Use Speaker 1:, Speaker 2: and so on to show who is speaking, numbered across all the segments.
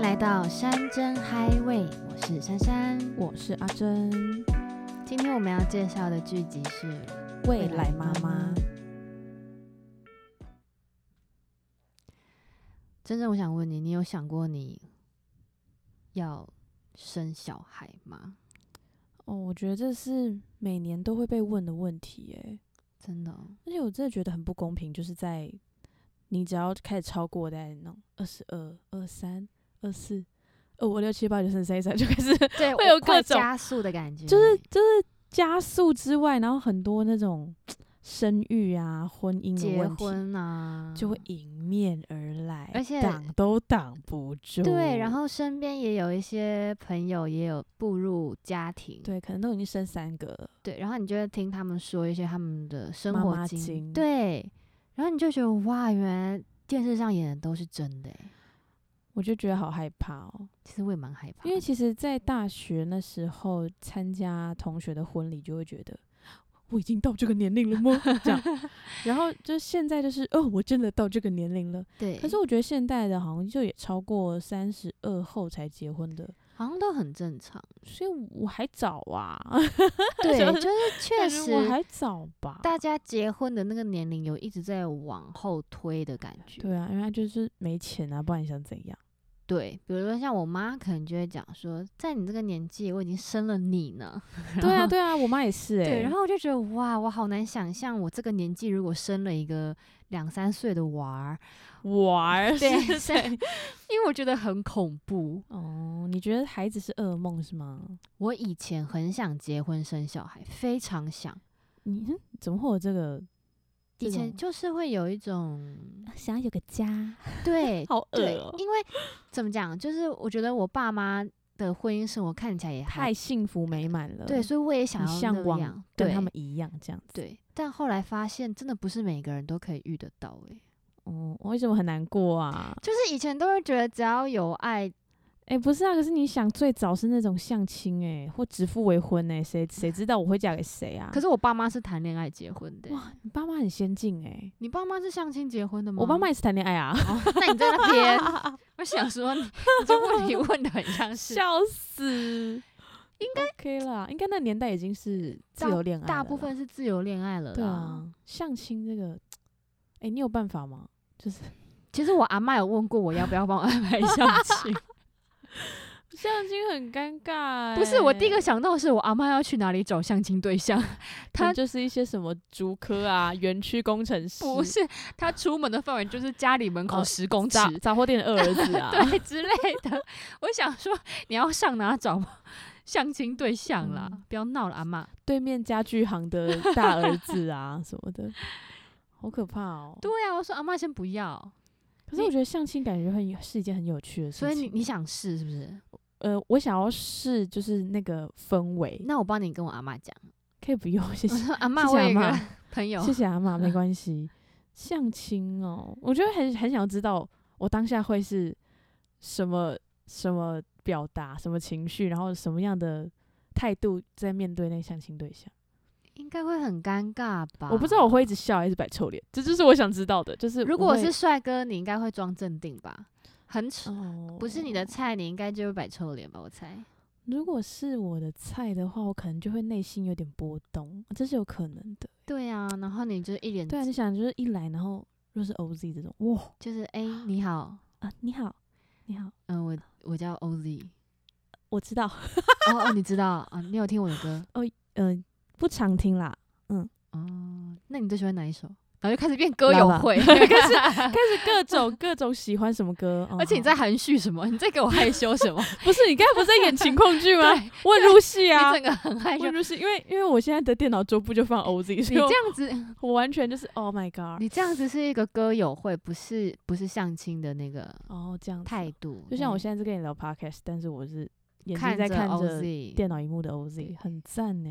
Speaker 1: 来到山珍嗨味，我是珊珊。
Speaker 2: 我是阿珍，
Speaker 1: 今天我们要介绍的剧集是《
Speaker 2: 未来妈妈。
Speaker 1: 真正我想问你，你有想过你要生小孩吗？
Speaker 2: 哦，我觉得这是每年都会被问的问题，诶，
Speaker 1: 真的哦，
Speaker 2: 而且我真的觉得很不公平，就是在你只要开始超过在那种二十二、二三、二四、二五、六七八九十三、三就开始
Speaker 1: 对，
Speaker 2: 会有
Speaker 1: 我快
Speaker 2: 各种
Speaker 1: 加速的感觉，
Speaker 2: 就是就是加速之外，然后很多那种生育啊、婚姻的
Speaker 1: 结
Speaker 2: 问题
Speaker 1: 婚啊，
Speaker 2: 就会迎面而来，
Speaker 1: 而且
Speaker 2: 挡都挡不住。
Speaker 1: 对。然后身边也有一些朋友也有步入家庭，
Speaker 2: 对，可能都已经生三个了，
Speaker 1: 对，然后你就会听他们说一些他们的生
Speaker 2: 妈
Speaker 1: 活
Speaker 2: 妈
Speaker 1: 经，
Speaker 2: 经
Speaker 1: 对，然后你就觉得哇，原来电视上演的都是真的欸，
Speaker 2: 我就觉得好害怕哦。
Speaker 1: 其实我也蛮害怕的，
Speaker 2: 因为其实，在大学那时候参加同学的婚礼，就会觉得我已经到这个年龄了吗？这 样，然后就现在就是，哦，我真的到这个年龄了。
Speaker 1: 对，
Speaker 2: 可是我觉得现代的好像就也超过三十二后才结婚的，
Speaker 1: 好像都很正常，
Speaker 2: 所以我还早啊，
Speaker 1: 对，
Speaker 2: 就
Speaker 1: 就是确
Speaker 2: 感觉我
Speaker 1: 实
Speaker 2: 还早吧。
Speaker 1: 大家结婚的那个年龄有一直在往后推的感觉，
Speaker 2: 对啊，因为他就是没钱啊，不然你想怎 样？
Speaker 1: 对，比如说像我妈可能就会讲说，在你这个年纪，我已经生了你呢，
Speaker 2: 对啊，对啊，我妈也是哎、
Speaker 1: 对，然后我就觉得哇，我好难想象我这个年纪如果生了一个两三岁的娃儿，
Speaker 2: 娃儿
Speaker 1: 对
Speaker 2: 是
Speaker 1: 是
Speaker 2: 谁？
Speaker 1: 因为我觉得很恐怖。
Speaker 2: 哦，你觉得孩子是噩梦是吗？
Speaker 1: 我以前很想结婚生小孩，非常想，
Speaker 2: 你哼怎么会有这个？
Speaker 1: 以
Speaker 2: 这
Speaker 1: 前
Speaker 2: 种
Speaker 1: 就是会有一种
Speaker 2: 想要有个家，
Speaker 1: 对
Speaker 2: 好恶
Speaker 1: 对
Speaker 2: 哦、，
Speaker 1: 因为 怎么讲，就是我觉得我爸妈的婚姻生活看起来也还
Speaker 2: 太幸福美满了。
Speaker 1: 对，所以我也想
Speaker 2: 你
Speaker 1: 要
Speaker 2: 向
Speaker 1: 那
Speaker 2: 往
Speaker 1: 样，
Speaker 2: 跟
Speaker 1: 对
Speaker 2: 他们一样这样子。
Speaker 1: 对，但后来发现真的不是每个人都可以遇得到、欸，
Speaker 2: 哦，我为什么很难 过啊？
Speaker 1: 就是以前都会觉得只要有爱，
Speaker 2: 哎、不是啊，可是你想最早是那种相亲哎、或指腹为婚哎、谁谁知道我会嫁给谁啊？
Speaker 1: 可是我爸妈是谈恋爱结婚的欸、
Speaker 2: 哇，你爸妈很先进哎、
Speaker 1: 你爸妈是相亲结婚的吗？
Speaker 2: 我爸妈也是谈恋爱啊，
Speaker 1: 哦， 那你在 那边，我想说你，你这问题问的很像是
Speaker 2: 笑死。应该 OK 啦，应该那年代已经是自由恋爱了
Speaker 1: 大
Speaker 2: 啦
Speaker 1: 部分是自由恋爱了
Speaker 2: 对
Speaker 1: 啦。
Speaker 2: 啊，相亲这个，哎、你有办法吗？就是
Speaker 1: 其实我阿妈有问过我要不要帮我 安排相亲，
Speaker 2: 相亲很尴尬、欸
Speaker 1: 不是我第一个想到的是我阿妈要去哪里找相亲对象，
Speaker 2: 可能
Speaker 1: 他
Speaker 2: 就是一些什么竹科啊、园区工程师，
Speaker 1: 不是她出门的范围就是家里门口
Speaker 2: 哦
Speaker 1: 十公尺，
Speaker 2: 杂杂货店的二儿子 啊。
Speaker 1: 对之类的。我想说你要上哪找相亲对象啦？
Speaker 2: 嗯
Speaker 1: 不要闹了，阿妈。
Speaker 2: 对面家具行的大儿子啊什么的，好可怕哦。
Speaker 1: 对啊，我说阿妈先不要，
Speaker 2: 可是
Speaker 1: 你
Speaker 2: 我觉得相亲感觉很有是一件很有趣的事
Speaker 1: 所
Speaker 2: 情。
Speaker 1: 以你你想试是不是？
Speaker 2: 呃，我想要试就是那个氛围，
Speaker 1: 那我帮你跟我阿妈讲，
Speaker 2: 可以不用谢谢
Speaker 1: 我说阿妈
Speaker 2: 谢
Speaker 1: 我
Speaker 2: 谢
Speaker 1: 有
Speaker 2: 阿
Speaker 1: 一个
Speaker 2: 妈，
Speaker 1: 朋友
Speaker 2: 谢谢阿妈，没关系。相亲哦，我觉得很很想要知道我当下会是什么什么表达，什么情绪，然后什么样的态度在面对那个相亲对象。
Speaker 1: 应该会很尴尬吧？
Speaker 2: 我不知道我会一直笑还是摆臭脸，这就是我想知道的。就是
Speaker 1: 如
Speaker 2: 我
Speaker 1: 果
Speaker 2: 会
Speaker 1: 是帅哥，你应该会装镇定吧？很丑，
Speaker 2: 哦
Speaker 1: 不是你的，菜，你应该就会摆臭脸吧？我猜。
Speaker 2: 如果是我的菜的话，我可能就会内心有点波动，这是有可能的。
Speaker 1: 对啊，然后你就一脸
Speaker 2: 对啊，你想就是一来，然后若是 OZ 这种，哇
Speaker 1: 就是哎、你好，
Speaker 2: 啊，你好，你好，
Speaker 1: 嗯、我我叫 OZ，
Speaker 2: 我知道，
Speaker 1: 哦哦，你知道啊？你有听我的歌？
Speaker 2: 嗯、不常听啦，
Speaker 1: 哦，那你最喜欢哪一首？然后就开始变歌
Speaker 2: 啦
Speaker 1: 友
Speaker 2: 啦
Speaker 1: 会，开
Speaker 2: 开 始各种各种喜欢什么歌，哦
Speaker 1: 而且你
Speaker 2: 好
Speaker 1: 在含蓄什么？你在给我害羞 什么？
Speaker 2: 不是你刚才不是在演情况剧吗？
Speaker 1: 对
Speaker 2: 我很入戏啊
Speaker 1: 你，整个很害
Speaker 2: 我
Speaker 1: 羞
Speaker 2: 很。入戏，因为因为我现在的电脑桌布就放 OZ，所
Speaker 1: 你
Speaker 2: 以我
Speaker 1: 这样子，
Speaker 2: 我完全就是 Oh my God，
Speaker 1: 你这样子是一个歌友会，不是不是相亲的那个
Speaker 2: 哦这样子
Speaker 1: 态度。
Speaker 2: 就像
Speaker 1: 嗯
Speaker 2: 我现在在跟你聊 podcast，但是我是眼睛
Speaker 1: 看
Speaker 2: 在
Speaker 1: 着
Speaker 2: 看着
Speaker 1: OZ，
Speaker 2: 电脑荧幕的 OZ，
Speaker 1: 对
Speaker 2: 很赞呢。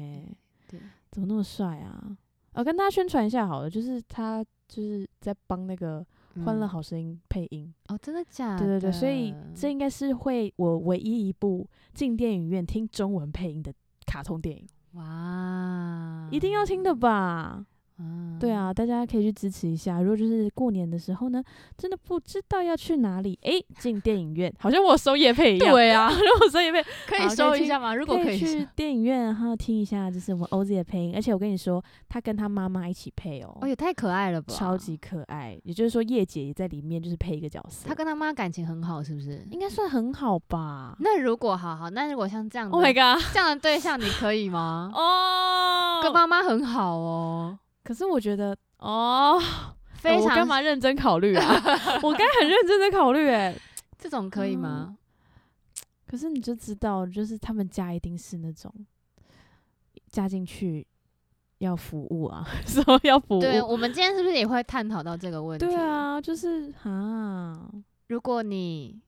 Speaker 1: 对
Speaker 2: 怎么那么帅啊？呃，跟大家宣传一下好了，就是他就是在帮那个《欢乐
Speaker 1: 嗯
Speaker 2: 好声音》配音，
Speaker 1: 哦，真的假的？
Speaker 2: 对对对，所以这应该是会我唯一一部进电影院听中文配音的卡通电影，
Speaker 1: 哇，
Speaker 2: 一定要听的吧？
Speaker 1: 哦啊嗯，
Speaker 2: 对，啊，大家可以去支持一下。如果就是过年的时候呢，真的不知道要去哪里，诶，进电影院，好像我收夜配一样。
Speaker 1: 对啊，
Speaker 2: 如果收夜配，
Speaker 1: 可以
Speaker 2: 好可以
Speaker 1: 收一
Speaker 2: 去
Speaker 1: 下吗？如果
Speaker 2: 可
Speaker 1: 以收，
Speaker 2: 去电影院，然后听一下就是我们 OZ 的配音。而且我跟你说，他跟他妈妈一起配哦，
Speaker 1: 哦，也啊太可爱了吧！
Speaker 2: 超级，可爱。也就是说，叶姐也在里面，就是配一个角色，
Speaker 1: 他跟他妈感情很好，是不是？
Speaker 2: 应该算很好吧
Speaker 1: 那如果好好，那如果像这样的、
Speaker 2: ？Oh my god！
Speaker 1: 这样的对象，你可以吗？
Speaker 2: 哦，
Speaker 1: 跟妈妈很好哦，
Speaker 2: 可是我觉得， 哦，
Speaker 1: 非
Speaker 2: 我干
Speaker 1: 常、
Speaker 2: 嘛认真考虑 啊？我该很认真的考虑哎、
Speaker 1: 这种可以吗？
Speaker 2: 可是你就知道，就是他们家一定是那种加进去要服务啊， 说要服务，
Speaker 1: 对，我们今天是不是也会探讨到这个问题？
Speaker 2: 对，啊，就是啊，
Speaker 1: 如果你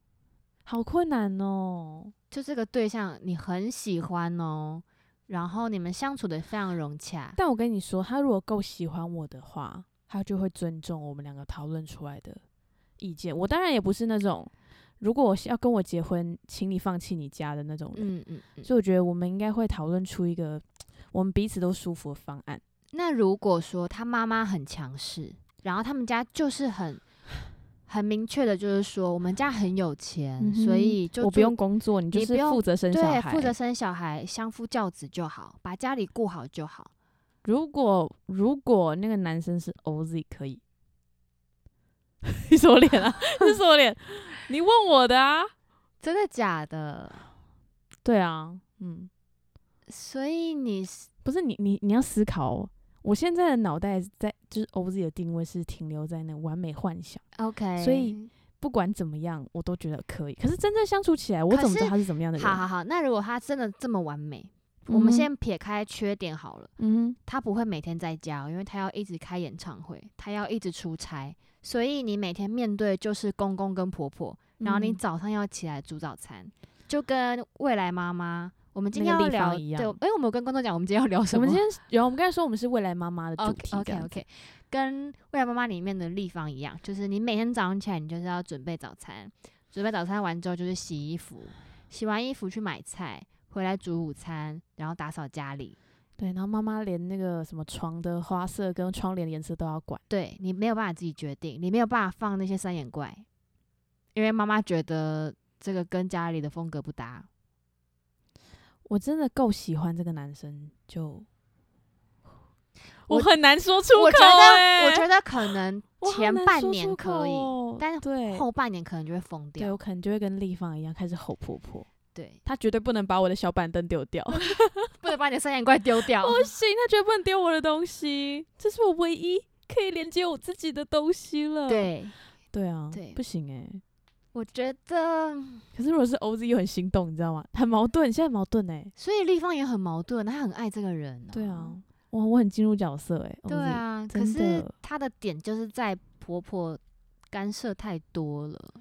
Speaker 2: 好困难哦。
Speaker 1: 就这个对象你很喜欢哦，然后你们相处的非常融洽，
Speaker 2: 但我跟你说，他如果够喜欢我的话，他就会尊重我们两个讨论出来的意见。我当然也不是那种如果我是要跟我结婚，请你放弃你家的那种人，
Speaker 1: 嗯嗯嗯。
Speaker 2: 所以我觉得我们应该会讨论出一个我们彼此都舒服的方案。
Speaker 1: 那如果说他妈妈很强势，然后他们家就是很很明确的，就是说我们家很有钱，
Speaker 2: 嗯哼
Speaker 1: 所以就
Speaker 2: 我不
Speaker 1: 住
Speaker 2: 用工作，你就
Speaker 1: 你
Speaker 2: 是
Speaker 1: 不用
Speaker 2: 负责生小
Speaker 1: 对
Speaker 2: 孩。
Speaker 1: 负责生小孩，相夫教子就好，把家里顾好就好。
Speaker 2: 如果如果那个男生是 OZ 可以， 你什么脸啊？ 你什么脸？你问我的 啊？
Speaker 1: 真的假的？
Speaker 2: 对啊，嗯，
Speaker 1: 所以你是
Speaker 2: 不是你你你要思考、哦，我现在的脑袋在就是 OZ 的定位是停留在那完美幻想，
Speaker 1: OK，
Speaker 2: 所以不管怎么样我都觉得可以。可是真正相处起来，我
Speaker 1: 可
Speaker 2: 怎么知道
Speaker 1: 是
Speaker 2: 他是怎么样的人？
Speaker 1: 好好好，那如果他真的这么完美，我们
Speaker 2: 嗯哼
Speaker 1: 先撇开缺点好了。
Speaker 2: 嗯
Speaker 1: 他不会每天在家哦，因为他要一直开演唱会，他要一直出差，所以你每天面对就是公公跟婆婆，
Speaker 2: 哼，
Speaker 1: 然后你
Speaker 2: 嗯
Speaker 1: 早上要起来煮早餐，就跟未来妈妈，我们今天
Speaker 2: 那个
Speaker 1: 要聊，
Speaker 2: 立方一
Speaker 1: 对，
Speaker 2: 样
Speaker 1: 哎、我们有跟观众讲我们今天要聊什
Speaker 2: 我
Speaker 1: 么？
Speaker 2: 们今天有我们刚才说我们是未来妈妈的主
Speaker 1: OK
Speaker 2: 题
Speaker 1: OK
Speaker 2: 这样子
Speaker 1: OK，跟未来妈妈里面的立方一样，就是你每天早上起来，你就是要准备早餐，准备早餐完之后就是洗衣服，洗完衣服去买菜，回来煮午餐，然后打扫家里。
Speaker 2: 对，然后妈妈连那个什么床的花色跟窗帘的颜色都要管。
Speaker 1: 对你没有办法自己决定，你没有办法放那些三眼怪，因为妈妈觉得这个跟家里的风格不搭。
Speaker 2: 我真的够喜欢这个男生，就
Speaker 1: 我
Speaker 2: 很难说出
Speaker 1: 我觉得，我
Speaker 2: 欸
Speaker 1: 觉得可能
Speaker 2: 我好
Speaker 1: 前
Speaker 2: 难
Speaker 1: 半
Speaker 2: 说
Speaker 1: 年
Speaker 2: 出
Speaker 1: 可以，
Speaker 2: 口哦欸
Speaker 1: 但是
Speaker 2: 对
Speaker 1: 后半年可能就会疯
Speaker 2: 对
Speaker 1: 掉。
Speaker 2: 我可能就会跟立方一样开始吼婆婆，
Speaker 1: 对，
Speaker 2: 她绝对不能把我的小板凳丢掉，不
Speaker 1: 不能把你的三眼怪丢 掉。
Speaker 2: 行，她 绝对不能丢我的东西，这是我唯一可以连接我自己的东西了。
Speaker 1: 对，
Speaker 2: 对啊，
Speaker 1: 对
Speaker 2: 不行哎、
Speaker 1: 我觉得，
Speaker 2: 可是如果是 OZ 又很心动，你知道吗？很矛盾，现在矛盾哎、
Speaker 1: 所以立方也很矛盾，他很爱这个人、哦
Speaker 2: 对啊，，哇，我很进入角色哎、
Speaker 1: 对
Speaker 2: OZ
Speaker 1: 啊。可
Speaker 2: 真
Speaker 1: 是
Speaker 2: 的
Speaker 1: 他的点就是在婆婆干涉太多了。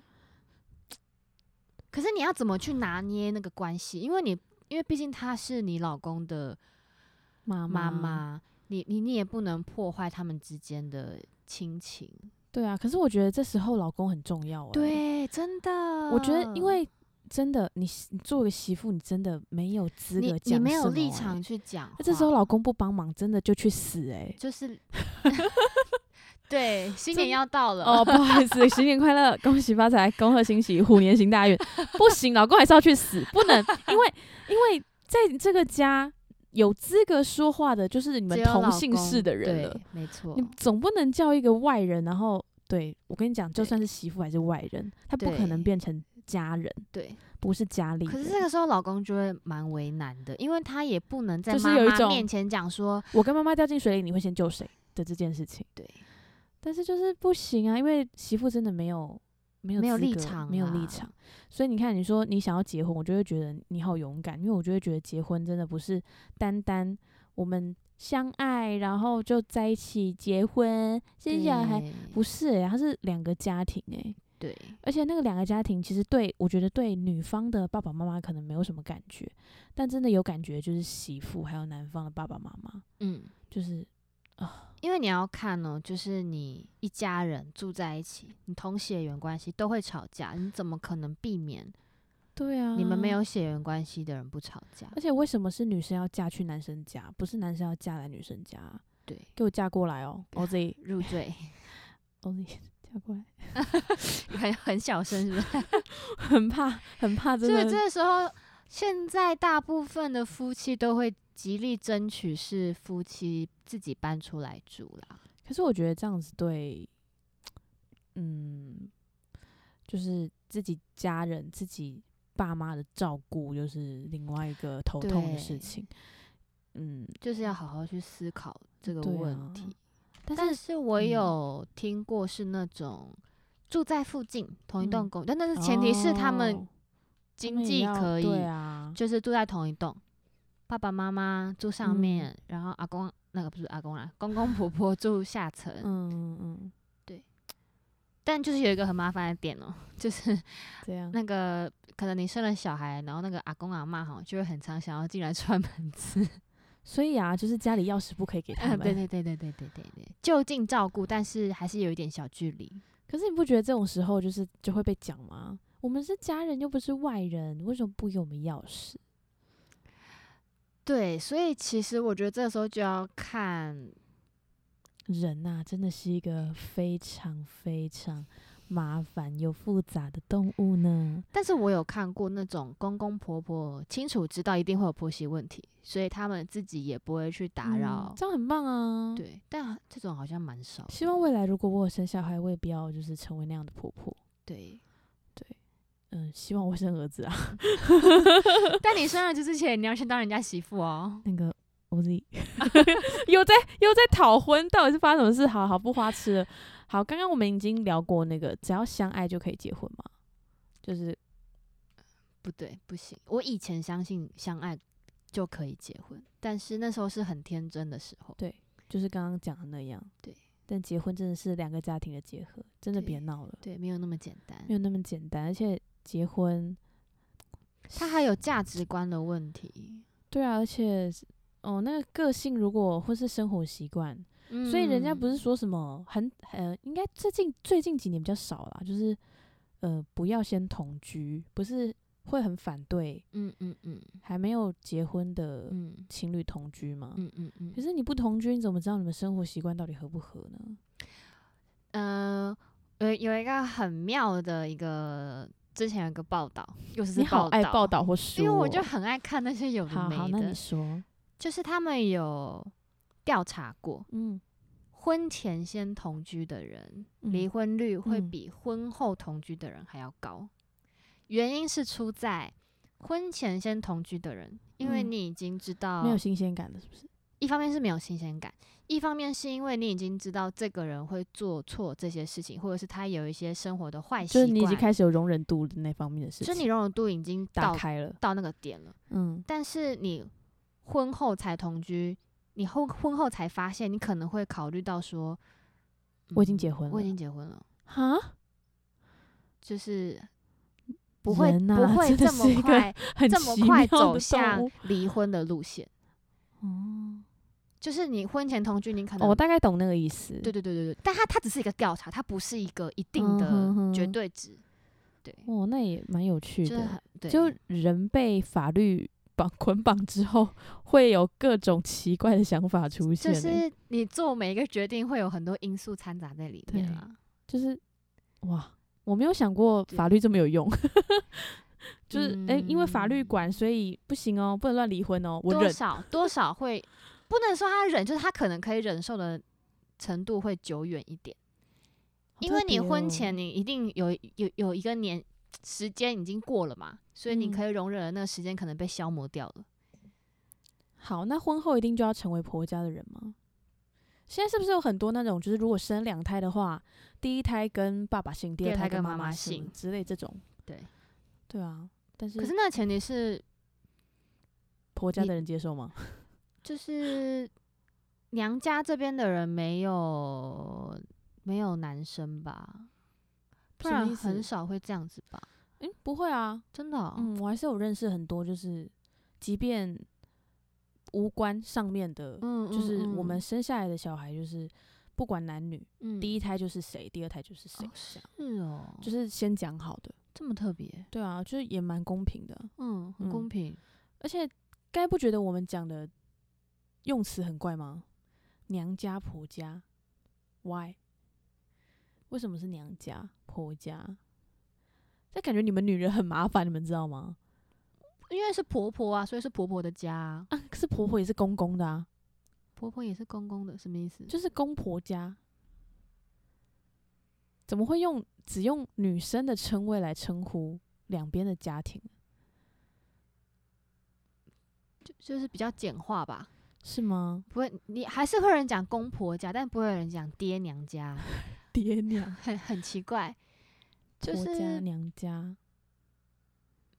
Speaker 1: 可是你要怎么去拿捏那个关系？因为你，因为毕竟他是你老公的
Speaker 2: 妈
Speaker 1: 妈妈，你你你也不能破坏他们之间的亲情。
Speaker 2: 对啊，可是我觉得这时候老公很重要哎、，
Speaker 1: 对，啊真的，
Speaker 2: 我觉得因为真的，你你作为个媳妇，你真的没有资
Speaker 1: 你
Speaker 2: 格讲
Speaker 1: 你没有
Speaker 2: 什么
Speaker 1: 立
Speaker 2: 欸
Speaker 1: 场。去讲话，
Speaker 2: 那这时候老公不帮忙，真的就去死哎、
Speaker 1: 就是 对，新年
Speaker 2: 真
Speaker 1: 要到了，
Speaker 2: 哦，不好意思，新年快乐，恭喜发财，恭贺新喜，虎年行大运。不行，老公还是要去死，不能，因为因为在这个家有资格说话的，就是你们
Speaker 1: 只有
Speaker 2: 同
Speaker 1: 老
Speaker 2: 姓氏
Speaker 1: 公
Speaker 2: 的人了
Speaker 1: 对。没错
Speaker 2: 你，总不能叫一个外人，然后对我跟你讲，就
Speaker 1: 对
Speaker 2: 算是媳妇还是外人，他不可能
Speaker 1: 对
Speaker 2: 变成家人，
Speaker 1: 对。
Speaker 2: 不是家里人。
Speaker 1: 可是这个时候老公就会蛮为难的，因为他也不能在
Speaker 2: 就是
Speaker 1: 妈
Speaker 2: 有一
Speaker 1: 妈
Speaker 2: 种
Speaker 1: 面前讲说，
Speaker 2: 我跟妈妈掉进水里，你会先救谁的这件事情？
Speaker 1: 对，
Speaker 2: 但是就是不行啊，因为媳妇真的没有没有
Speaker 1: 没有
Speaker 2: 资
Speaker 1: 立
Speaker 2: 格
Speaker 1: 场
Speaker 2: 没有立
Speaker 1: 啦
Speaker 2: 场。所以你看，你说你想要结婚，我就会觉得你好勇敢，因为我就会觉得结婚真的不是单单我们相爱，然后就在一起结婚生小孩，
Speaker 1: 对
Speaker 2: 不是、欸，它是两个家庭诶、
Speaker 1: 对，
Speaker 2: 而且那个两个家庭其实对我觉得对女方的爸爸妈妈可能没有什么感觉，但真的有感觉就是媳妇还有男方的爸爸妈妈，
Speaker 1: 嗯，
Speaker 2: 就是
Speaker 1: 因为你要看哦，就是你一家人住在一起，你同血缘关系都会吵架，你怎么可能避免
Speaker 2: 对啊
Speaker 1: 你们没有。血缘关系的人不吵架？
Speaker 2: 呃而且为什么是女生要嫁去男生家，不是男生要嫁来女生家啊？
Speaker 1: 对，
Speaker 2: 给我嫁过 来哦，OZ
Speaker 1: 入赘，
Speaker 2: OZ 嫁过来，
Speaker 1: 很很小声，是不是？
Speaker 2: 很怕很怕，真
Speaker 1: 所以
Speaker 2: 的
Speaker 1: 这时候，现在大部分的夫妻都会极力争取是夫妻自己搬出来住啦。
Speaker 2: 可是我觉得这样子对，嗯，就是自己家人、自己爸妈的照顾，又是另外一个头痛的
Speaker 1: 对
Speaker 2: 事情。嗯，
Speaker 1: 就是要好好去思考这个
Speaker 2: 对
Speaker 1: 问
Speaker 2: 啊
Speaker 1: 题。
Speaker 2: 但
Speaker 1: 但
Speaker 2: 是
Speaker 1: 是我
Speaker 2: 嗯
Speaker 1: 有听过是那种住在附近同一栋
Speaker 2: 嗯
Speaker 1: 公寓，但但是前提是他们
Speaker 2: 哦他
Speaker 1: 经
Speaker 2: 们也
Speaker 1: 济
Speaker 2: 要
Speaker 1: 可以，
Speaker 2: 对啊，
Speaker 1: 就是住在同一栋，爸爸妈妈住上面，
Speaker 2: 嗯
Speaker 1: 然后阿公那个不是阿公啦，公公婆婆住下层。
Speaker 2: 嗯嗯，
Speaker 1: 但就是有一个很麻烦的点哦、就是
Speaker 2: 这样
Speaker 1: 那个可能你生了小孩，然后那个阿公阿妈哈就会很常想要进来串门子。
Speaker 2: 所以啊，就是家里钥匙不可以给他
Speaker 1: 嗯，
Speaker 2: 们。
Speaker 1: 对对对对对对对对，就近照顾，但是还是有一点小距离。
Speaker 2: 可是你不觉得这种时候就是就会被讲吗？我们是家人，又不是外人，为什么不给我们钥匙？
Speaker 1: 对，所以其实我觉得这时候就要看，
Speaker 2: 人呐、真的是一个非常非常麻烦又复杂的动物呢。
Speaker 1: 但是我有看过那种公公婆婆清楚知道一定会有婆媳问题，所以他们自己也不会去打
Speaker 2: 嗯
Speaker 1: 扰。
Speaker 2: 这样很棒啊。，
Speaker 1: 对，但这种好像蛮少的。
Speaker 2: 希望未来如果我有生小孩，我也不要就是成为那样的婆婆。
Speaker 1: 对，
Speaker 2: 嗯，希望我生儿子啊。
Speaker 1: 但你生儿子之前，你要先当人家媳妇哦。
Speaker 2: 那个 OZ 又在又在讨婚，到底是发生什么事？好好不花痴了。好，刚刚我们已经聊过那个，只要相爱就可以结婚嘛，就是
Speaker 1: 不对，不行。我以前相信相爱就可以结婚，但是那时候是很天真的时候。
Speaker 2: 就是刚刚讲的那样。
Speaker 1: 对，
Speaker 2: 但结婚真的是两个家庭的结合，真的
Speaker 1: 对
Speaker 2: 别闹了。
Speaker 1: 对，没有那么简单
Speaker 2: 没。有那么简单，而且结婚，
Speaker 1: 他还有价值观的问题，
Speaker 2: 对啊，而且是哦，那个个性如果或是生活习惯，所以人家不
Speaker 1: 嗯
Speaker 2: 是说什么很呃，应该最近最近几年比较少啦，就是呃不要先同居，不是会很反对
Speaker 1: 嗯嗯嗯
Speaker 2: 还没有结婚的
Speaker 1: 嗯
Speaker 2: 情侣同居吗？
Speaker 1: 嗯嗯嗯
Speaker 2: 可，是你不同居，你怎么知道你们生活习惯到底合不合呢？
Speaker 1: 呃，有有一个很妙的一个，之前有一个报道，又是
Speaker 2: 你好
Speaker 1: 报
Speaker 2: 爱
Speaker 1: 道，
Speaker 2: 报道或书、
Speaker 1: 因
Speaker 2: 哦，
Speaker 1: 为我就很爱看那些有的
Speaker 2: 好好，
Speaker 1: 没
Speaker 2: 那你
Speaker 1: 的，
Speaker 2: 说，
Speaker 1: 就是他们有调查过，
Speaker 2: 嗯，
Speaker 1: 婚前先同居的人，
Speaker 2: 嗯
Speaker 1: 离婚率会
Speaker 2: 嗯
Speaker 1: 比婚后同居的人还要高。原因是出在婚前先同居的人，因为
Speaker 2: 嗯
Speaker 1: 你已经知道
Speaker 2: 没有新鲜感的，是不是？
Speaker 1: 一方面是没有新鲜感，一方面是因为你已经知道这个人会做错这些事情，或者是他有一些生活的坏习
Speaker 2: 就是
Speaker 1: 惯，
Speaker 2: 你已经开始有容忍度的那方面的事
Speaker 1: 就
Speaker 2: 情，
Speaker 1: 是你容忍度已经
Speaker 2: 打
Speaker 1: 到
Speaker 2: 开了，
Speaker 1: 到那个点了。
Speaker 2: 嗯，
Speaker 1: 但是你婚后才同居，你后婚后才发现，你可能会考虑到说，
Speaker 2: 我已经
Speaker 1: 嗯
Speaker 2: 结婚了
Speaker 1: 我已经结婚了，
Speaker 2: 哈，
Speaker 1: 就是不会、
Speaker 2: 人啊
Speaker 1: 不会
Speaker 2: 真的
Speaker 1: 这
Speaker 2: 是一
Speaker 1: 么
Speaker 2: 个
Speaker 1: 快
Speaker 2: 很
Speaker 1: 这么
Speaker 2: 奇
Speaker 1: 快
Speaker 2: 妙
Speaker 1: 走
Speaker 2: 的
Speaker 1: 向
Speaker 2: 动物
Speaker 1: 离婚的路线。
Speaker 2: 哦，
Speaker 1: 就是你婚前同居，你可能
Speaker 2: 哦我大概懂那个意思，
Speaker 1: 对对对对对，但它它只是一个调查，它不是一个一定的
Speaker 2: 嗯哼哼
Speaker 1: 绝对值，对，
Speaker 2: 哦，那也蛮有趣
Speaker 1: 就是
Speaker 2: 的，
Speaker 1: 很对，
Speaker 2: 就人被法律绑 捆绑之后，会有各种奇怪的想法出现
Speaker 1: 就
Speaker 2: 欸，
Speaker 1: 是你做每一个决定会有很多因素掺杂在里面
Speaker 2: 对
Speaker 1: 啦。
Speaker 2: 就是哇，我没有想过
Speaker 1: 对
Speaker 2: 法律这么有用。 就是哎、诶因为法律管，所以不行哦，不能乱离婚哦。我
Speaker 1: 嗯多
Speaker 2: 忍，
Speaker 1: 少多少会不能说他忍，就是他可能可以忍受的程度会久远一点，
Speaker 2: 好
Speaker 1: 因为
Speaker 2: 特
Speaker 1: 你
Speaker 2: 别
Speaker 1: 婚
Speaker 2: 哦
Speaker 1: 前你一定有有有一个年时间已经过了嘛，所以你
Speaker 2: 嗯
Speaker 1: 可以容忍的那个时间可能被消磨掉了。
Speaker 2: 好，那婚后一定就要成为婆家的人吗？现在是不是有很多那种，就是如果生两胎的话，第一胎跟爸爸姓，第
Speaker 1: 第
Speaker 2: 二
Speaker 1: 二胎
Speaker 2: 跟
Speaker 1: 跟
Speaker 2: 妈
Speaker 1: 妈
Speaker 2: 妈
Speaker 1: 妈
Speaker 2: 姓
Speaker 1: 姓
Speaker 2: 之类这种？
Speaker 1: 对，
Speaker 2: 对啊，但是
Speaker 1: 可是那前提是
Speaker 2: 婆家
Speaker 1: 你
Speaker 2: 的人接受吗？
Speaker 1: 就是娘家这边的人没有没有男生吧，不
Speaker 2: 什么
Speaker 1: 然
Speaker 2: 意思
Speaker 1: 很少会这样子吧？
Speaker 2: 诶、不会啊，
Speaker 1: 真的哦、
Speaker 2: 嗯，我还是有认识很多，就是即便无关上面的，
Speaker 1: 嗯
Speaker 2: 就是我们
Speaker 1: 嗯
Speaker 2: 生下来的小孩，就是不管男女，
Speaker 1: 嗯
Speaker 2: 第一胎就是谁，第二胎就是谁
Speaker 1: 哦，是哦，
Speaker 2: 就是是先讲好的。
Speaker 1: 这么特别，
Speaker 2: 对啊，就是也蛮公平的，
Speaker 1: 嗯，很
Speaker 2: 嗯
Speaker 1: 公平。
Speaker 2: 而且该不觉得我们讲的用词很怪吗？娘家婆家，why？为什么是娘家婆家？这感觉你们女人很麻烦，你们知道吗？
Speaker 1: 因为是婆婆啊，所以是婆婆的家啊、
Speaker 2: 啊，可是婆婆也是公公的啊，
Speaker 1: 婆婆也是公公的，什么意思？
Speaker 2: 就是公婆家，怎么会用只用女生的称谓来称呼两边的家庭？
Speaker 1: 就就是比较简化吧，
Speaker 2: 是吗？
Speaker 1: 不会，你还是会有人讲公婆家，但不会有人讲爹娘家，
Speaker 2: 爹娘、
Speaker 1: 很很奇 怪，就
Speaker 2: 婆家、
Speaker 1: 是
Speaker 2: 娘家，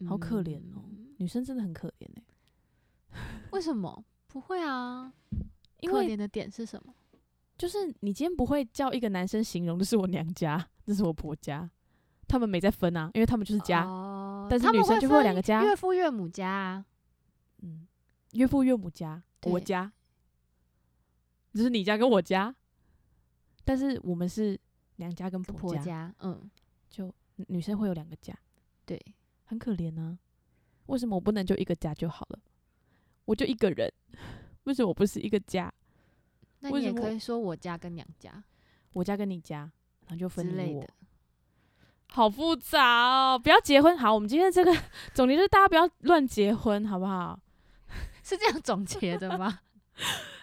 Speaker 2: 好可怜哦
Speaker 1: 嗯
Speaker 2: 女生真的很可怜哎、
Speaker 1: 为什么？不会啊，
Speaker 2: 因
Speaker 1: 可
Speaker 2: 为
Speaker 1: 怜的点是什么？
Speaker 2: 就是你今天不会叫一个男生形容，这是我娘家，这是我婆家，他们没在分啊，因为他们就是家，
Speaker 1: 哦
Speaker 2: 但是
Speaker 1: 他
Speaker 2: 女
Speaker 1: 们
Speaker 2: 生
Speaker 1: 会
Speaker 2: 就会有
Speaker 1: 分
Speaker 2: 两个家
Speaker 1: 岳父岳母家啊，
Speaker 2: 嗯，岳父岳母家，我
Speaker 1: 对
Speaker 2: 家，就是你家跟我家，但是我们是娘家
Speaker 1: 跟
Speaker 2: 跟婆
Speaker 1: 婆
Speaker 2: 家，
Speaker 1: 家，嗯，
Speaker 2: 就女女生会有两个家，
Speaker 1: 对，
Speaker 2: 很可怜啊。为什么我不能就一个家就好了？我就一个人，为什么我不是一个家？
Speaker 1: 那
Speaker 2: 为
Speaker 1: 你也
Speaker 2: 什么
Speaker 1: 可以说我家跟娘家
Speaker 2: 我家跟你家，然后就
Speaker 1: 之
Speaker 2: 分
Speaker 1: 类
Speaker 2: 离我
Speaker 1: 的，。
Speaker 2: 好复杂哦！不要结婚。好，我们今天这个总结就是大家不要乱结婚，好不好？
Speaker 1: 是这样总结的 吗？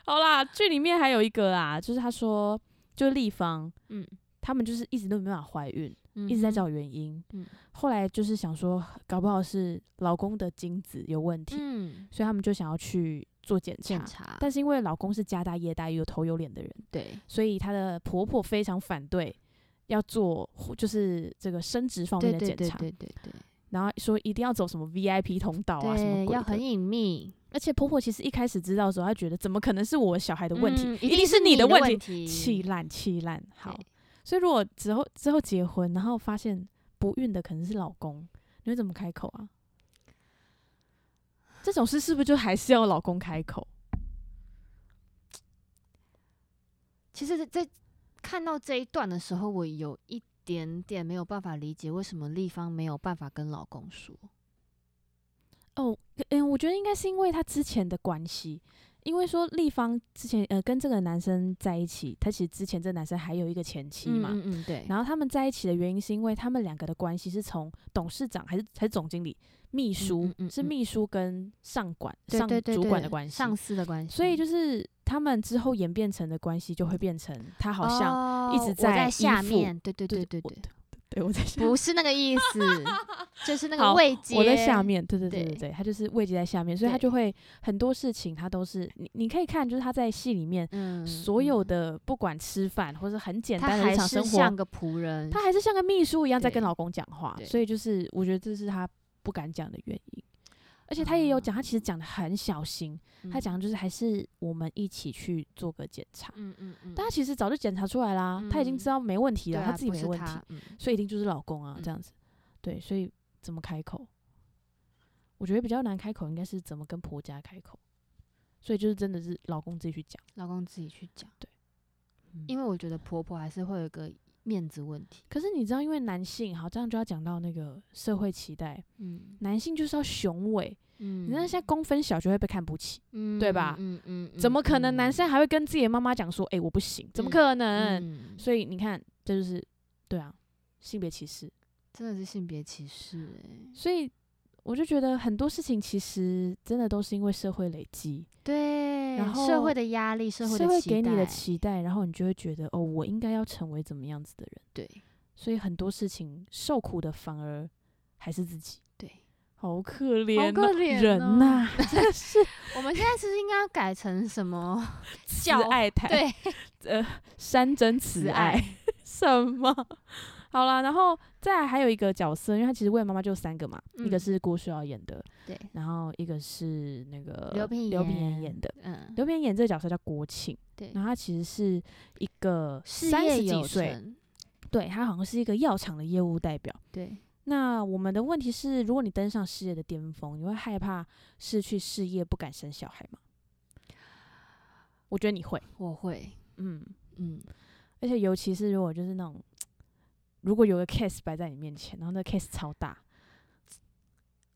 Speaker 2: 好啦，剧里面还有一个啦，就是他说，就是立方，
Speaker 1: 嗯，
Speaker 2: 他们就是一直都没办法怀孕，
Speaker 1: 嗯
Speaker 2: 一直在
Speaker 1: 哼
Speaker 2: 找原因。
Speaker 1: 嗯
Speaker 2: 后来就是想说，搞不好是老公的精子有问题，
Speaker 1: 嗯
Speaker 2: 所以他们就想要去做检查。
Speaker 1: 检查，
Speaker 2: 但是因为老公是家大业大、有头有脸的人，
Speaker 1: 对
Speaker 2: 所以她的婆婆非常反对要做，就是这个生殖方
Speaker 1: 对
Speaker 2: 面的
Speaker 1: 对
Speaker 2: 检
Speaker 1: 对
Speaker 2: 查。
Speaker 1: 对对对，
Speaker 2: 然后说一定要走什么 VIP 通道啊，什么
Speaker 1: 对
Speaker 2: 鬼
Speaker 1: 要
Speaker 2: 的
Speaker 1: 很隐秘
Speaker 2: 而且婆婆其实一开始知道的时候，她觉得怎么可能是我小孩的问题，
Speaker 1: 嗯
Speaker 2: 一
Speaker 1: 一定
Speaker 2: 是你
Speaker 1: 的
Speaker 2: 问
Speaker 1: 题，
Speaker 2: 气烂气烂。好
Speaker 1: 对，
Speaker 2: 所以如果之后之后结婚，然后发现不孕的可能是老公，你会怎么开口啊？这种事是不是就还是要老公开口？
Speaker 1: 其实在，在看到这一段的时候，我有一点点没有办法理解，为什么立方没有办法跟老公说。
Speaker 2: 哦，嗯，我觉得应该是因为她之前的关系，因为说立方之前呃跟这个男生在一起，她其实之前这个男生还有一个前妻嘛，
Speaker 1: 嗯嗯，对，
Speaker 2: 然后他们在一起的原因是因为他们两个的关系是从董事长还是还是总经理、秘书、
Speaker 1: 嗯嗯
Speaker 2: 是
Speaker 1: 嗯
Speaker 2: 秘书跟上管
Speaker 1: 对对对
Speaker 2: 上主管的
Speaker 1: 对
Speaker 2: 关系，
Speaker 1: 上司嗯的关系，
Speaker 2: 所以就是他们之后演变成的关系就会变成他好像、一
Speaker 1: 哦
Speaker 2: 直
Speaker 1: 我
Speaker 2: 在
Speaker 1: 在
Speaker 2: 依
Speaker 1: 下
Speaker 2: 附
Speaker 1: 面，对对对对
Speaker 2: 对我
Speaker 1: 对，
Speaker 2: 对我在下
Speaker 1: 不是那个意思，就是那个
Speaker 2: 好
Speaker 1: 位阶，
Speaker 2: 我在下，面，对对对
Speaker 1: 对
Speaker 2: 对对，他就是位置在下面，所以他
Speaker 1: 对
Speaker 2: 就会很多事情他都是你你可以看就是他在戏里面。
Speaker 1: 嗯，
Speaker 2: 所有
Speaker 1: 嗯
Speaker 2: 的不管吃饭或是很简
Speaker 1: 他
Speaker 2: 单的
Speaker 1: 还
Speaker 2: 日常
Speaker 1: 是
Speaker 2: 生活，
Speaker 1: 像个仆人，
Speaker 2: 她还是像个秘书一样在跟
Speaker 1: 对
Speaker 2: 老公讲话，
Speaker 1: 对
Speaker 2: 所以就是我觉得这是她不敢讲的原因。而且她也有讲，她其实讲的很小心，她
Speaker 1: 哦嗯，
Speaker 2: 讲的就是还是我们一起去做个检查。
Speaker 1: 嗯嗯嗯，
Speaker 2: 但她其实早就检查出来啦，她已经知
Speaker 1: 嗯
Speaker 2: 道没问题
Speaker 1: 对
Speaker 2: 了，
Speaker 1: 啊
Speaker 2: 她自己
Speaker 1: 不
Speaker 2: 没
Speaker 1: 是
Speaker 2: 问题，
Speaker 1: 他嗯
Speaker 2: 所以一定就是老公啊
Speaker 1: 嗯
Speaker 2: 这样子。对，所以怎么开口？我觉得比较难开口，应该是怎么跟婆家开口。所以就是真的是老公自己去讲，
Speaker 1: 老公自己去讲，
Speaker 2: 对，
Speaker 1: 因为我觉得婆婆还是会有一个面子问题，
Speaker 2: 可是你知道，因为男性好，这样就要讲到那个社会期待，
Speaker 1: 嗯
Speaker 2: 男性就是要雄伟，
Speaker 1: 嗯
Speaker 2: 你看现在公分小就会被看不起，
Speaker 1: 嗯
Speaker 2: 对吧
Speaker 1: 嗯嗯，嗯
Speaker 2: 怎么可能男
Speaker 1: 嗯
Speaker 2: 生还会跟自己的妈妈讲说：“哎、我不行？”怎么
Speaker 1: 嗯
Speaker 2: 可能？
Speaker 1: 嗯
Speaker 2: 所以你看，这就是对啊，性别歧视。
Speaker 1: 真的是性别歧视哎、
Speaker 2: 所以我就觉得很多事情其实真的都是因为社会累积，
Speaker 1: 对，
Speaker 2: 然
Speaker 1: 社
Speaker 2: 后
Speaker 1: 会的压力，社会
Speaker 2: 社会
Speaker 1: 的期
Speaker 2: 给你的
Speaker 1: 待
Speaker 2: 期待，然后你就会觉得哦，我应该要成为怎么样子的人。
Speaker 1: 对
Speaker 2: 所以很多事情受苦的反而还是自己，
Speaker 1: 对。
Speaker 2: 好可怜、哦，
Speaker 1: 可怜哦
Speaker 2: 人呐、 真是
Speaker 1: 我们现在是不是应该要改成什 么？
Speaker 2: 慈
Speaker 1: 教
Speaker 2: 爱台，
Speaker 1: 对，
Speaker 2: 呃，山珍
Speaker 1: 慈
Speaker 2: 慈爱。 什么？好啦，然后再来还有一个角色，因为他其实为了妈妈就三个嘛，一个
Speaker 1: 嗯
Speaker 2: 是郭书瑶演的，
Speaker 1: 对，
Speaker 2: 然后一个是那个
Speaker 1: 刘品
Speaker 2: 刘品言演的。，
Speaker 1: 嗯，
Speaker 2: 刘品言演这个角色叫郭庆，
Speaker 1: 对，
Speaker 2: 然后他其实是一个
Speaker 1: 事
Speaker 2: 三
Speaker 1: 业
Speaker 2: 十几
Speaker 1: 有
Speaker 2: 岁，
Speaker 1: 成，
Speaker 2: 对他好像是一个药厂的业务代表。
Speaker 1: 对，
Speaker 2: 那我们的问题是，如果你登上事业的巅峰，你会害怕失去事业，不敢生小孩吗？我觉得你会，
Speaker 1: 我会，
Speaker 2: 嗯，
Speaker 1: 嗯，
Speaker 2: 而且尤其是如果就是那种，如果有个 case 摆在你面前，然后那个 case 超大，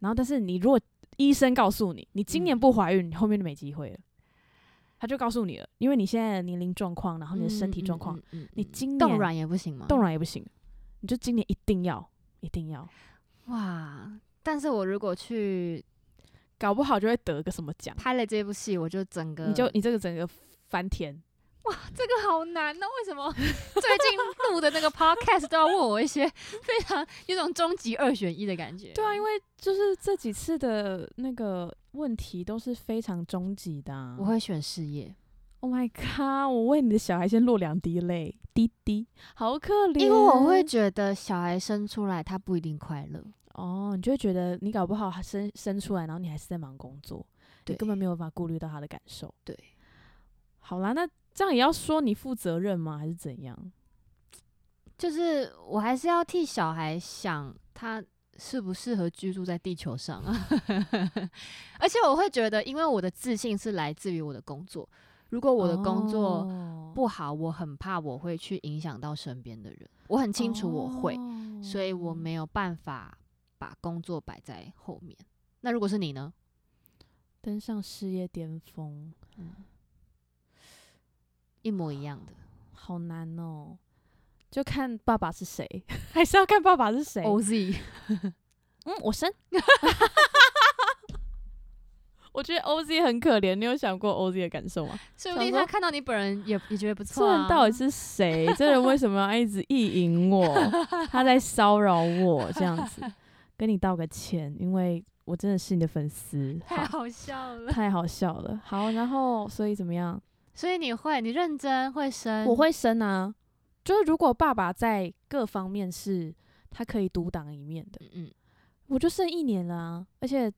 Speaker 2: 然后但是你如果医生告诉你，你今年
Speaker 1: 嗯
Speaker 2: 不怀孕，你后面就没机会了。他就告诉你了，因为你现在的年龄状况，然后你的身体状况，
Speaker 1: 嗯，嗯嗯
Speaker 2: 你
Speaker 1: 嗯
Speaker 2: 今
Speaker 1: 冻
Speaker 2: 年
Speaker 1: 卵也不行吗？
Speaker 2: 冻卵也不行，你就今年一定要一定要，
Speaker 1: 哇！但是我如果去
Speaker 2: 搞不好就会得个什么奖，
Speaker 1: 拍了这部戏，我就整个
Speaker 2: 你就你这个整个翻天。
Speaker 1: 这个好难哦，为什么 最近录的那个 podcast 都要问我一些非常有种终极二选一的感觉？
Speaker 2: 对啊，因为就是这几次的那个问题都是非常终极的、啊。
Speaker 1: 我会选事业，
Speaker 2: ，Oh my god！我为你的小孩先落两滴泪，滴滴，好可怜。
Speaker 1: 因为我会觉得小孩生出来他不一定快乐，
Speaker 2: 哦，你就会觉得你搞不好他生生出来，然后你还是在忙工作，你
Speaker 1: 对
Speaker 2: 根本没有办法顾虑到他的感受。
Speaker 1: 对，
Speaker 2: 好啦，那这样也要说你负责任吗？还是怎样？
Speaker 1: 就是我还是要替小孩想他适不适合居住在地球上啊。 而且我会觉得，因为我的自信是来自于我的工作，如果我的工作
Speaker 2: 哦
Speaker 1: 不好，我很怕我会去影响到身边的人，我很清楚我会。
Speaker 2: 哦
Speaker 1: 所以我没有办法把工作摆在后面。那如果是你呢？
Speaker 2: 登上事业巅峰，
Speaker 1: 一模一样的。
Speaker 2: 好难哦。就看爸爸是谁， 还是要看爸爸是谁。
Speaker 1: Z，
Speaker 2: 嗯，我生。 我觉得 OZ 很可怜，你有想过 OZ 的感受 吗？
Speaker 1: 说不定他
Speaker 2: 想说
Speaker 1: 看到你本人也也觉得不
Speaker 2: 这
Speaker 1: 错、啊。
Speaker 2: 人到底是 谁？这人为什么要一直意淫 我？他在骚扰我这样子，跟你道个歉，因为我真的是你的粉丝。
Speaker 1: 太
Speaker 2: 好，
Speaker 1: 好笑了。
Speaker 2: 太好笑了。好，然后所以怎么样？
Speaker 1: 所以你会，你认真会生，
Speaker 2: 我会生啊，就是如果爸爸在各方面是他可以独当一面的，
Speaker 1: 嗯，嗯
Speaker 2: 我就剩一年了、啊，而且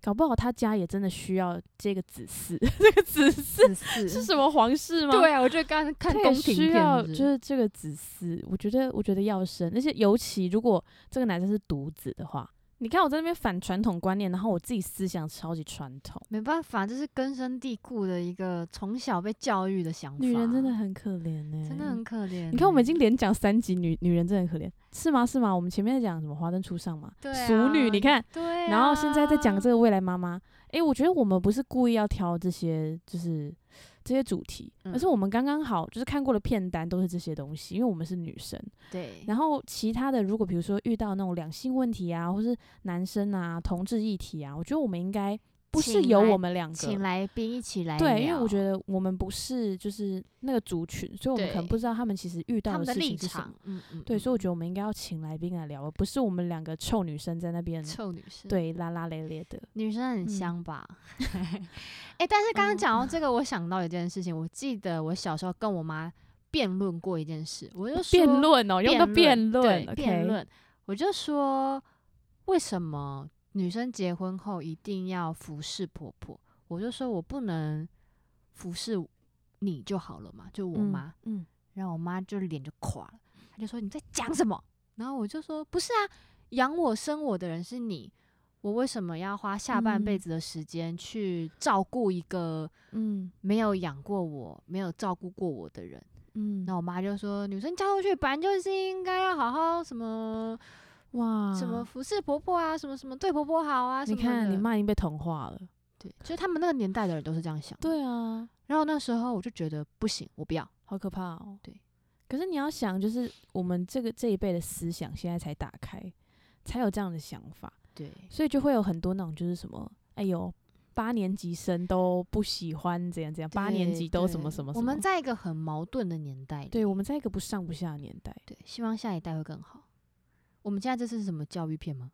Speaker 2: 搞不好他家也真的需要这个子嗣，这个子嗣
Speaker 1: 嗯，是
Speaker 2: 是什么皇室吗？
Speaker 1: 对啊，我就刚刚看
Speaker 2: 他也
Speaker 1: 宫廷
Speaker 2: 需
Speaker 1: 片
Speaker 2: 要
Speaker 1: 是不
Speaker 2: 就是是这个子嗣，我觉得我觉得要生，而且尤其如果这个男生是独子的话，你看我在那边反传统观念，然后我自己思想超级传统，
Speaker 1: 没办法，这是根深蒂固的一个从小被教育的想法。
Speaker 2: 女人真的很可怜呢、
Speaker 1: 真的很可怜欸、
Speaker 2: 你看，我们已经连讲三集女女人真的很可怜，是吗？是吗？我们前面在讲什么华灯初上嘛，
Speaker 1: 对啊
Speaker 2: 熟女，你看，
Speaker 1: 对啊、
Speaker 2: 然后现在在讲这
Speaker 1: 个
Speaker 2: 个未来妈妈，诶，我觉得我们不是故意要挑这些，就是这些主题，而是我们刚刚好就是看过的片单都是这些东西，因为我们是女生。
Speaker 1: 对，
Speaker 2: 然后其他的，如果比如说遇到那种两性问题啊，或是男生啊、同志议题啊，我觉得我们应该不是
Speaker 1: 请
Speaker 2: 由
Speaker 1: 来
Speaker 2: 我们两
Speaker 1: 请
Speaker 2: 个。
Speaker 1: 来宾一起来
Speaker 2: 对，因为
Speaker 1: 聊
Speaker 2: 我觉得我们不是就是那个族群，所以我们可能
Speaker 1: 对
Speaker 2: 不知道他们其实遇到
Speaker 1: 他们
Speaker 2: 事
Speaker 1: 立
Speaker 2: 情是什么
Speaker 1: 场。，嗯嗯，
Speaker 2: 对，
Speaker 1: 嗯
Speaker 2: 所以我觉得我们应该要请来宾来聊，而不是我们两个臭女生在那边
Speaker 1: 臭女生，，
Speaker 2: 嗯对拉拉咧咧的。
Speaker 1: 女生
Speaker 2: 嗯
Speaker 1: 很香 吧？ 哎、但是刚刚
Speaker 2: 嗯
Speaker 1: 讲到这个，我想到一件事情，我记得我小时候跟我妈辩论过一件事，我就说
Speaker 2: 辩论哦，
Speaker 1: 辩
Speaker 2: 用个
Speaker 1: 论
Speaker 2: 辩论
Speaker 1: 对
Speaker 2: ，OK，
Speaker 1: 辩论，我就说为什么女生结婚后一定要服侍婆婆？我就说我不能服侍你就好了嘛，就我
Speaker 2: 嗯
Speaker 1: 妈，，
Speaker 2: 嗯，
Speaker 1: 然后我妈就脸就垮了，她就说你在讲什么？然后我就说不是啊，养我生我的人是你，我为什么要花下半辈
Speaker 2: 嗯
Speaker 1: 子的时间去照顾一个
Speaker 2: 嗯
Speaker 1: 没有养过我、没有照顾过我的人？
Speaker 2: 嗯，
Speaker 1: 那我妈就说女生嫁出去本来就是应该要好好什么
Speaker 2: 哇，
Speaker 1: 什么？服侍婆婆啊，什么什么对婆婆好啊，
Speaker 2: 嗯
Speaker 1: 什
Speaker 2: 你
Speaker 1: 么
Speaker 2: 看，你
Speaker 1: 的
Speaker 2: 妈已经被同化了。
Speaker 1: 对，就是他们那个年代的人都是这样想。，
Speaker 2: 对啊，
Speaker 1: 然后那时候我就觉得不行，我不要。
Speaker 2: 好可怕哦。
Speaker 1: 对，
Speaker 2: 可是你要想，就是我们这个这一辈的思想现在才打开，才有这样的想法，
Speaker 1: 对，
Speaker 2: 所以就会有很多那种就是什么，哎呦，八年级生都不喜欢怎样怎样，八年
Speaker 1: 对
Speaker 2: 级都什
Speaker 1: 对
Speaker 2: 么什么什么。
Speaker 1: 我们在一个很矛盾的年代里，
Speaker 2: 对我们在一个不上不下的年代，
Speaker 1: 对，希望下一代会更好。我们现在这是什么教育片吗？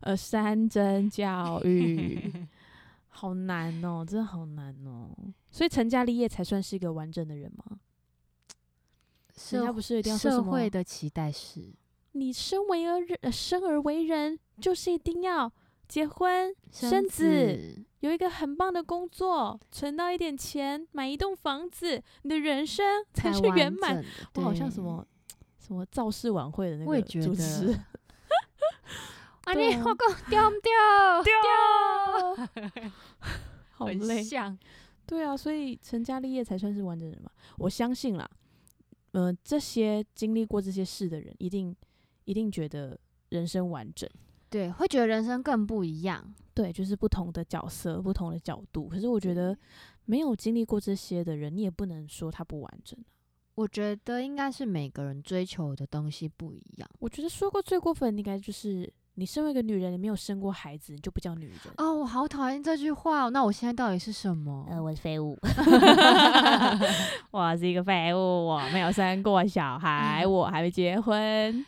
Speaker 2: 呃，山珍教育 好难哦，真的好难哦。所以成家立业才算是一个完整的人吗？人家
Speaker 1: 社
Speaker 2: 不是一定要说什
Speaker 1: 社
Speaker 2: 么
Speaker 1: 会的期待是
Speaker 2: 你身为而人、呃生而为人，就是一定要结婚、生
Speaker 1: 生
Speaker 2: 子，有一个很棒的工作，存到一点钱，买一栋房子，你的人生才是
Speaker 1: 完
Speaker 2: 圆满。
Speaker 1: 整的。
Speaker 2: 我好像
Speaker 1: 对
Speaker 2: 什么什么造势晚会的那
Speaker 1: 我也
Speaker 2: 个
Speaker 1: 觉
Speaker 2: 主持
Speaker 1: 得
Speaker 2: 人，
Speaker 1: 啊，
Speaker 2: 对
Speaker 1: 你
Speaker 2: 啊
Speaker 1: 我 讲掉不掉？ 掉，
Speaker 2: 好
Speaker 1: 很
Speaker 2: 累。
Speaker 1: 像
Speaker 2: 对啊，所以成家立业才算是完整人嘛。我相信啦，嗯、这些经历过这些事的人，一定一定觉得人生完整。
Speaker 1: 对，会觉得人生更不一样。
Speaker 2: 对，就是不同的角色、不同的角度。可是我觉得没有经历过这些的人，你也不能说他不完整。
Speaker 1: 我觉得应该是每个人追求的东西不一样。
Speaker 2: 我觉得说过最过分的应该就是，你身为一个女人，你没有生过孩子，你就不叫 女人。
Speaker 1: 哦，我好讨厌这句话、哦。那我现在到底是什么？
Speaker 2: 呃，我是废物，我是一个废物，我没有生过小孩，我还没结婚。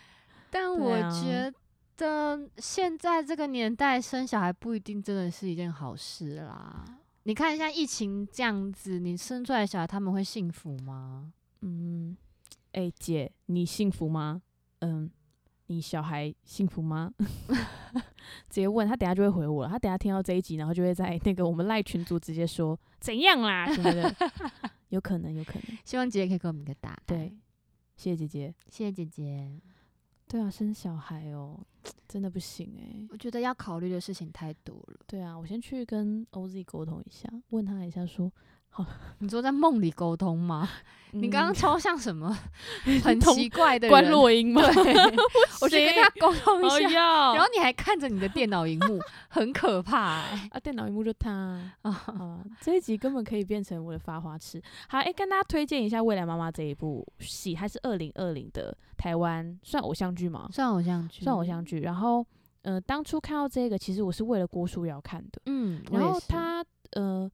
Speaker 1: 但
Speaker 2: 对
Speaker 1: 我
Speaker 2: 啊
Speaker 1: 觉得现在这个年代生小孩不一定真的是一件好事啦。你看一下疫情这样子，你生出来的小孩他们会幸福吗？
Speaker 2: 嗯，哎、姐，你幸福吗？嗯，你小孩幸福吗？ 直接问他，等下就会回我了。他等下听到这一集，然后就会在那个我们赖群组直接说怎样啦什么的， 有可能，有可能。
Speaker 1: 希望姐姐可以给我们一个答案。
Speaker 2: 对，，谢谢姐姐。
Speaker 1: 谢谢姐姐。
Speaker 2: 对啊，生小孩哦，真的不行哎、
Speaker 1: 我觉得要考虑的事情太多了。
Speaker 2: 对啊，我先去跟 OZ 沟通一下，问他一下说，
Speaker 1: 你说在梦里沟通吗？你刚刚
Speaker 2: 嗯
Speaker 1: 超像什 么很
Speaker 2: 通
Speaker 1: 奇怪的人？
Speaker 2: 关落音吗？
Speaker 1: 对，我去跟
Speaker 2: 行
Speaker 1: 他沟通一下。
Speaker 2: 哎呀，
Speaker 1: 然后你还看着你的电脑荧幕，很可怕、欸。
Speaker 2: 啊，电脑荧幕就他
Speaker 1: 哦
Speaker 2: 啊，这一集根本可以变成我的发花痴。好，哎、跟大家推荐一下《未来妈妈》这一部戏，它是二零二零的台湾算偶像剧吗？
Speaker 1: 算偶像剧，
Speaker 2: 算偶像剧。然后，呃，当初看到这个，其实我是为了郭书瑶看的。
Speaker 1: 嗯，我
Speaker 2: 然
Speaker 1: 也
Speaker 2: 后
Speaker 1: 是
Speaker 2: 它，呃，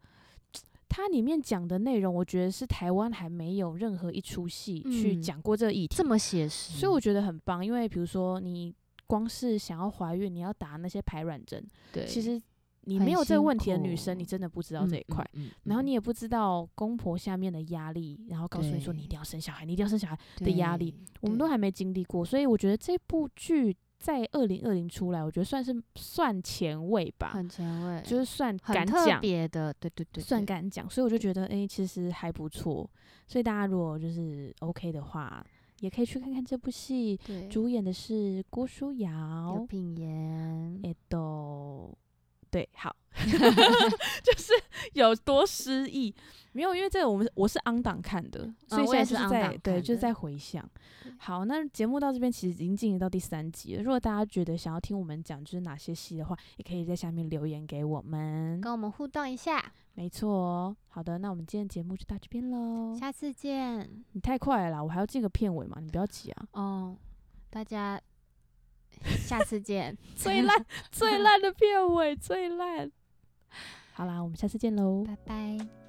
Speaker 2: 它里面讲的内容，我觉得是台湾还没有任何一出戏去
Speaker 1: 嗯
Speaker 2: 讲过这个议题。
Speaker 1: 这么写实，
Speaker 2: 所以我觉得很棒，因为比如说你光是想要怀孕，你要打那些排卵针，
Speaker 1: 对
Speaker 2: 其实你
Speaker 1: 很
Speaker 2: 没有这个
Speaker 1: 辛
Speaker 2: 问题的女生，
Speaker 1: 苦
Speaker 2: 你真的不知
Speaker 1: 知
Speaker 2: 道这一块。，
Speaker 1: 嗯嗯
Speaker 2: 然后
Speaker 1: 嗯
Speaker 2: 你也不知道公婆下面的压力，然后告诉你说
Speaker 1: 对
Speaker 2: 你一定要生小孩，你一定要生小孩，
Speaker 1: 对
Speaker 2: 压力我们都
Speaker 1: 对
Speaker 2: 还没经历过，所以我觉得这部剧在二零二零出来，我觉得算是算前卫吧，
Speaker 1: 很前卫，
Speaker 2: 啊就是算
Speaker 1: 很
Speaker 2: 敢
Speaker 1: 特
Speaker 2: 讲，
Speaker 1: 别的，对对对，
Speaker 2: 算
Speaker 1: 对
Speaker 2: 敢讲，所以我就觉得诶，其实还不错。所以大家如果就是 OK 的话，也可以去看看这部戏，
Speaker 1: 对，
Speaker 2: 主演的是郭书
Speaker 1: 有
Speaker 2: 瑶，
Speaker 1: 品言，
Speaker 2: 也都对， 好，就是有多失忆，没有，因为这个我们我是 on 档看的，所
Speaker 1: 嗯
Speaker 2: 以
Speaker 1: 我
Speaker 2: 现在
Speaker 1: 也
Speaker 2: 就是是
Speaker 1: on
Speaker 2: 在
Speaker 1: 档
Speaker 2: 对，
Speaker 1: 看
Speaker 2: 就是
Speaker 1: 的
Speaker 2: 在回想。好，那节目到这边其实已经进行到第三集了。如果大家觉得想要听我们讲就是哪些戏的话，也可以在下面留言给我们。
Speaker 1: 跟我们互动一下，
Speaker 2: 没错哦，好的，那我们今天的节目就到这边喽。
Speaker 1: 下次见
Speaker 2: 你太快了啦，我还要进个片尾嘛，你不要急啊。
Speaker 1: 哦，大家 下次 见，
Speaker 2: 最烂 最烂的片尾，最烂。好啦，我们下次见喽，
Speaker 1: 拜拜。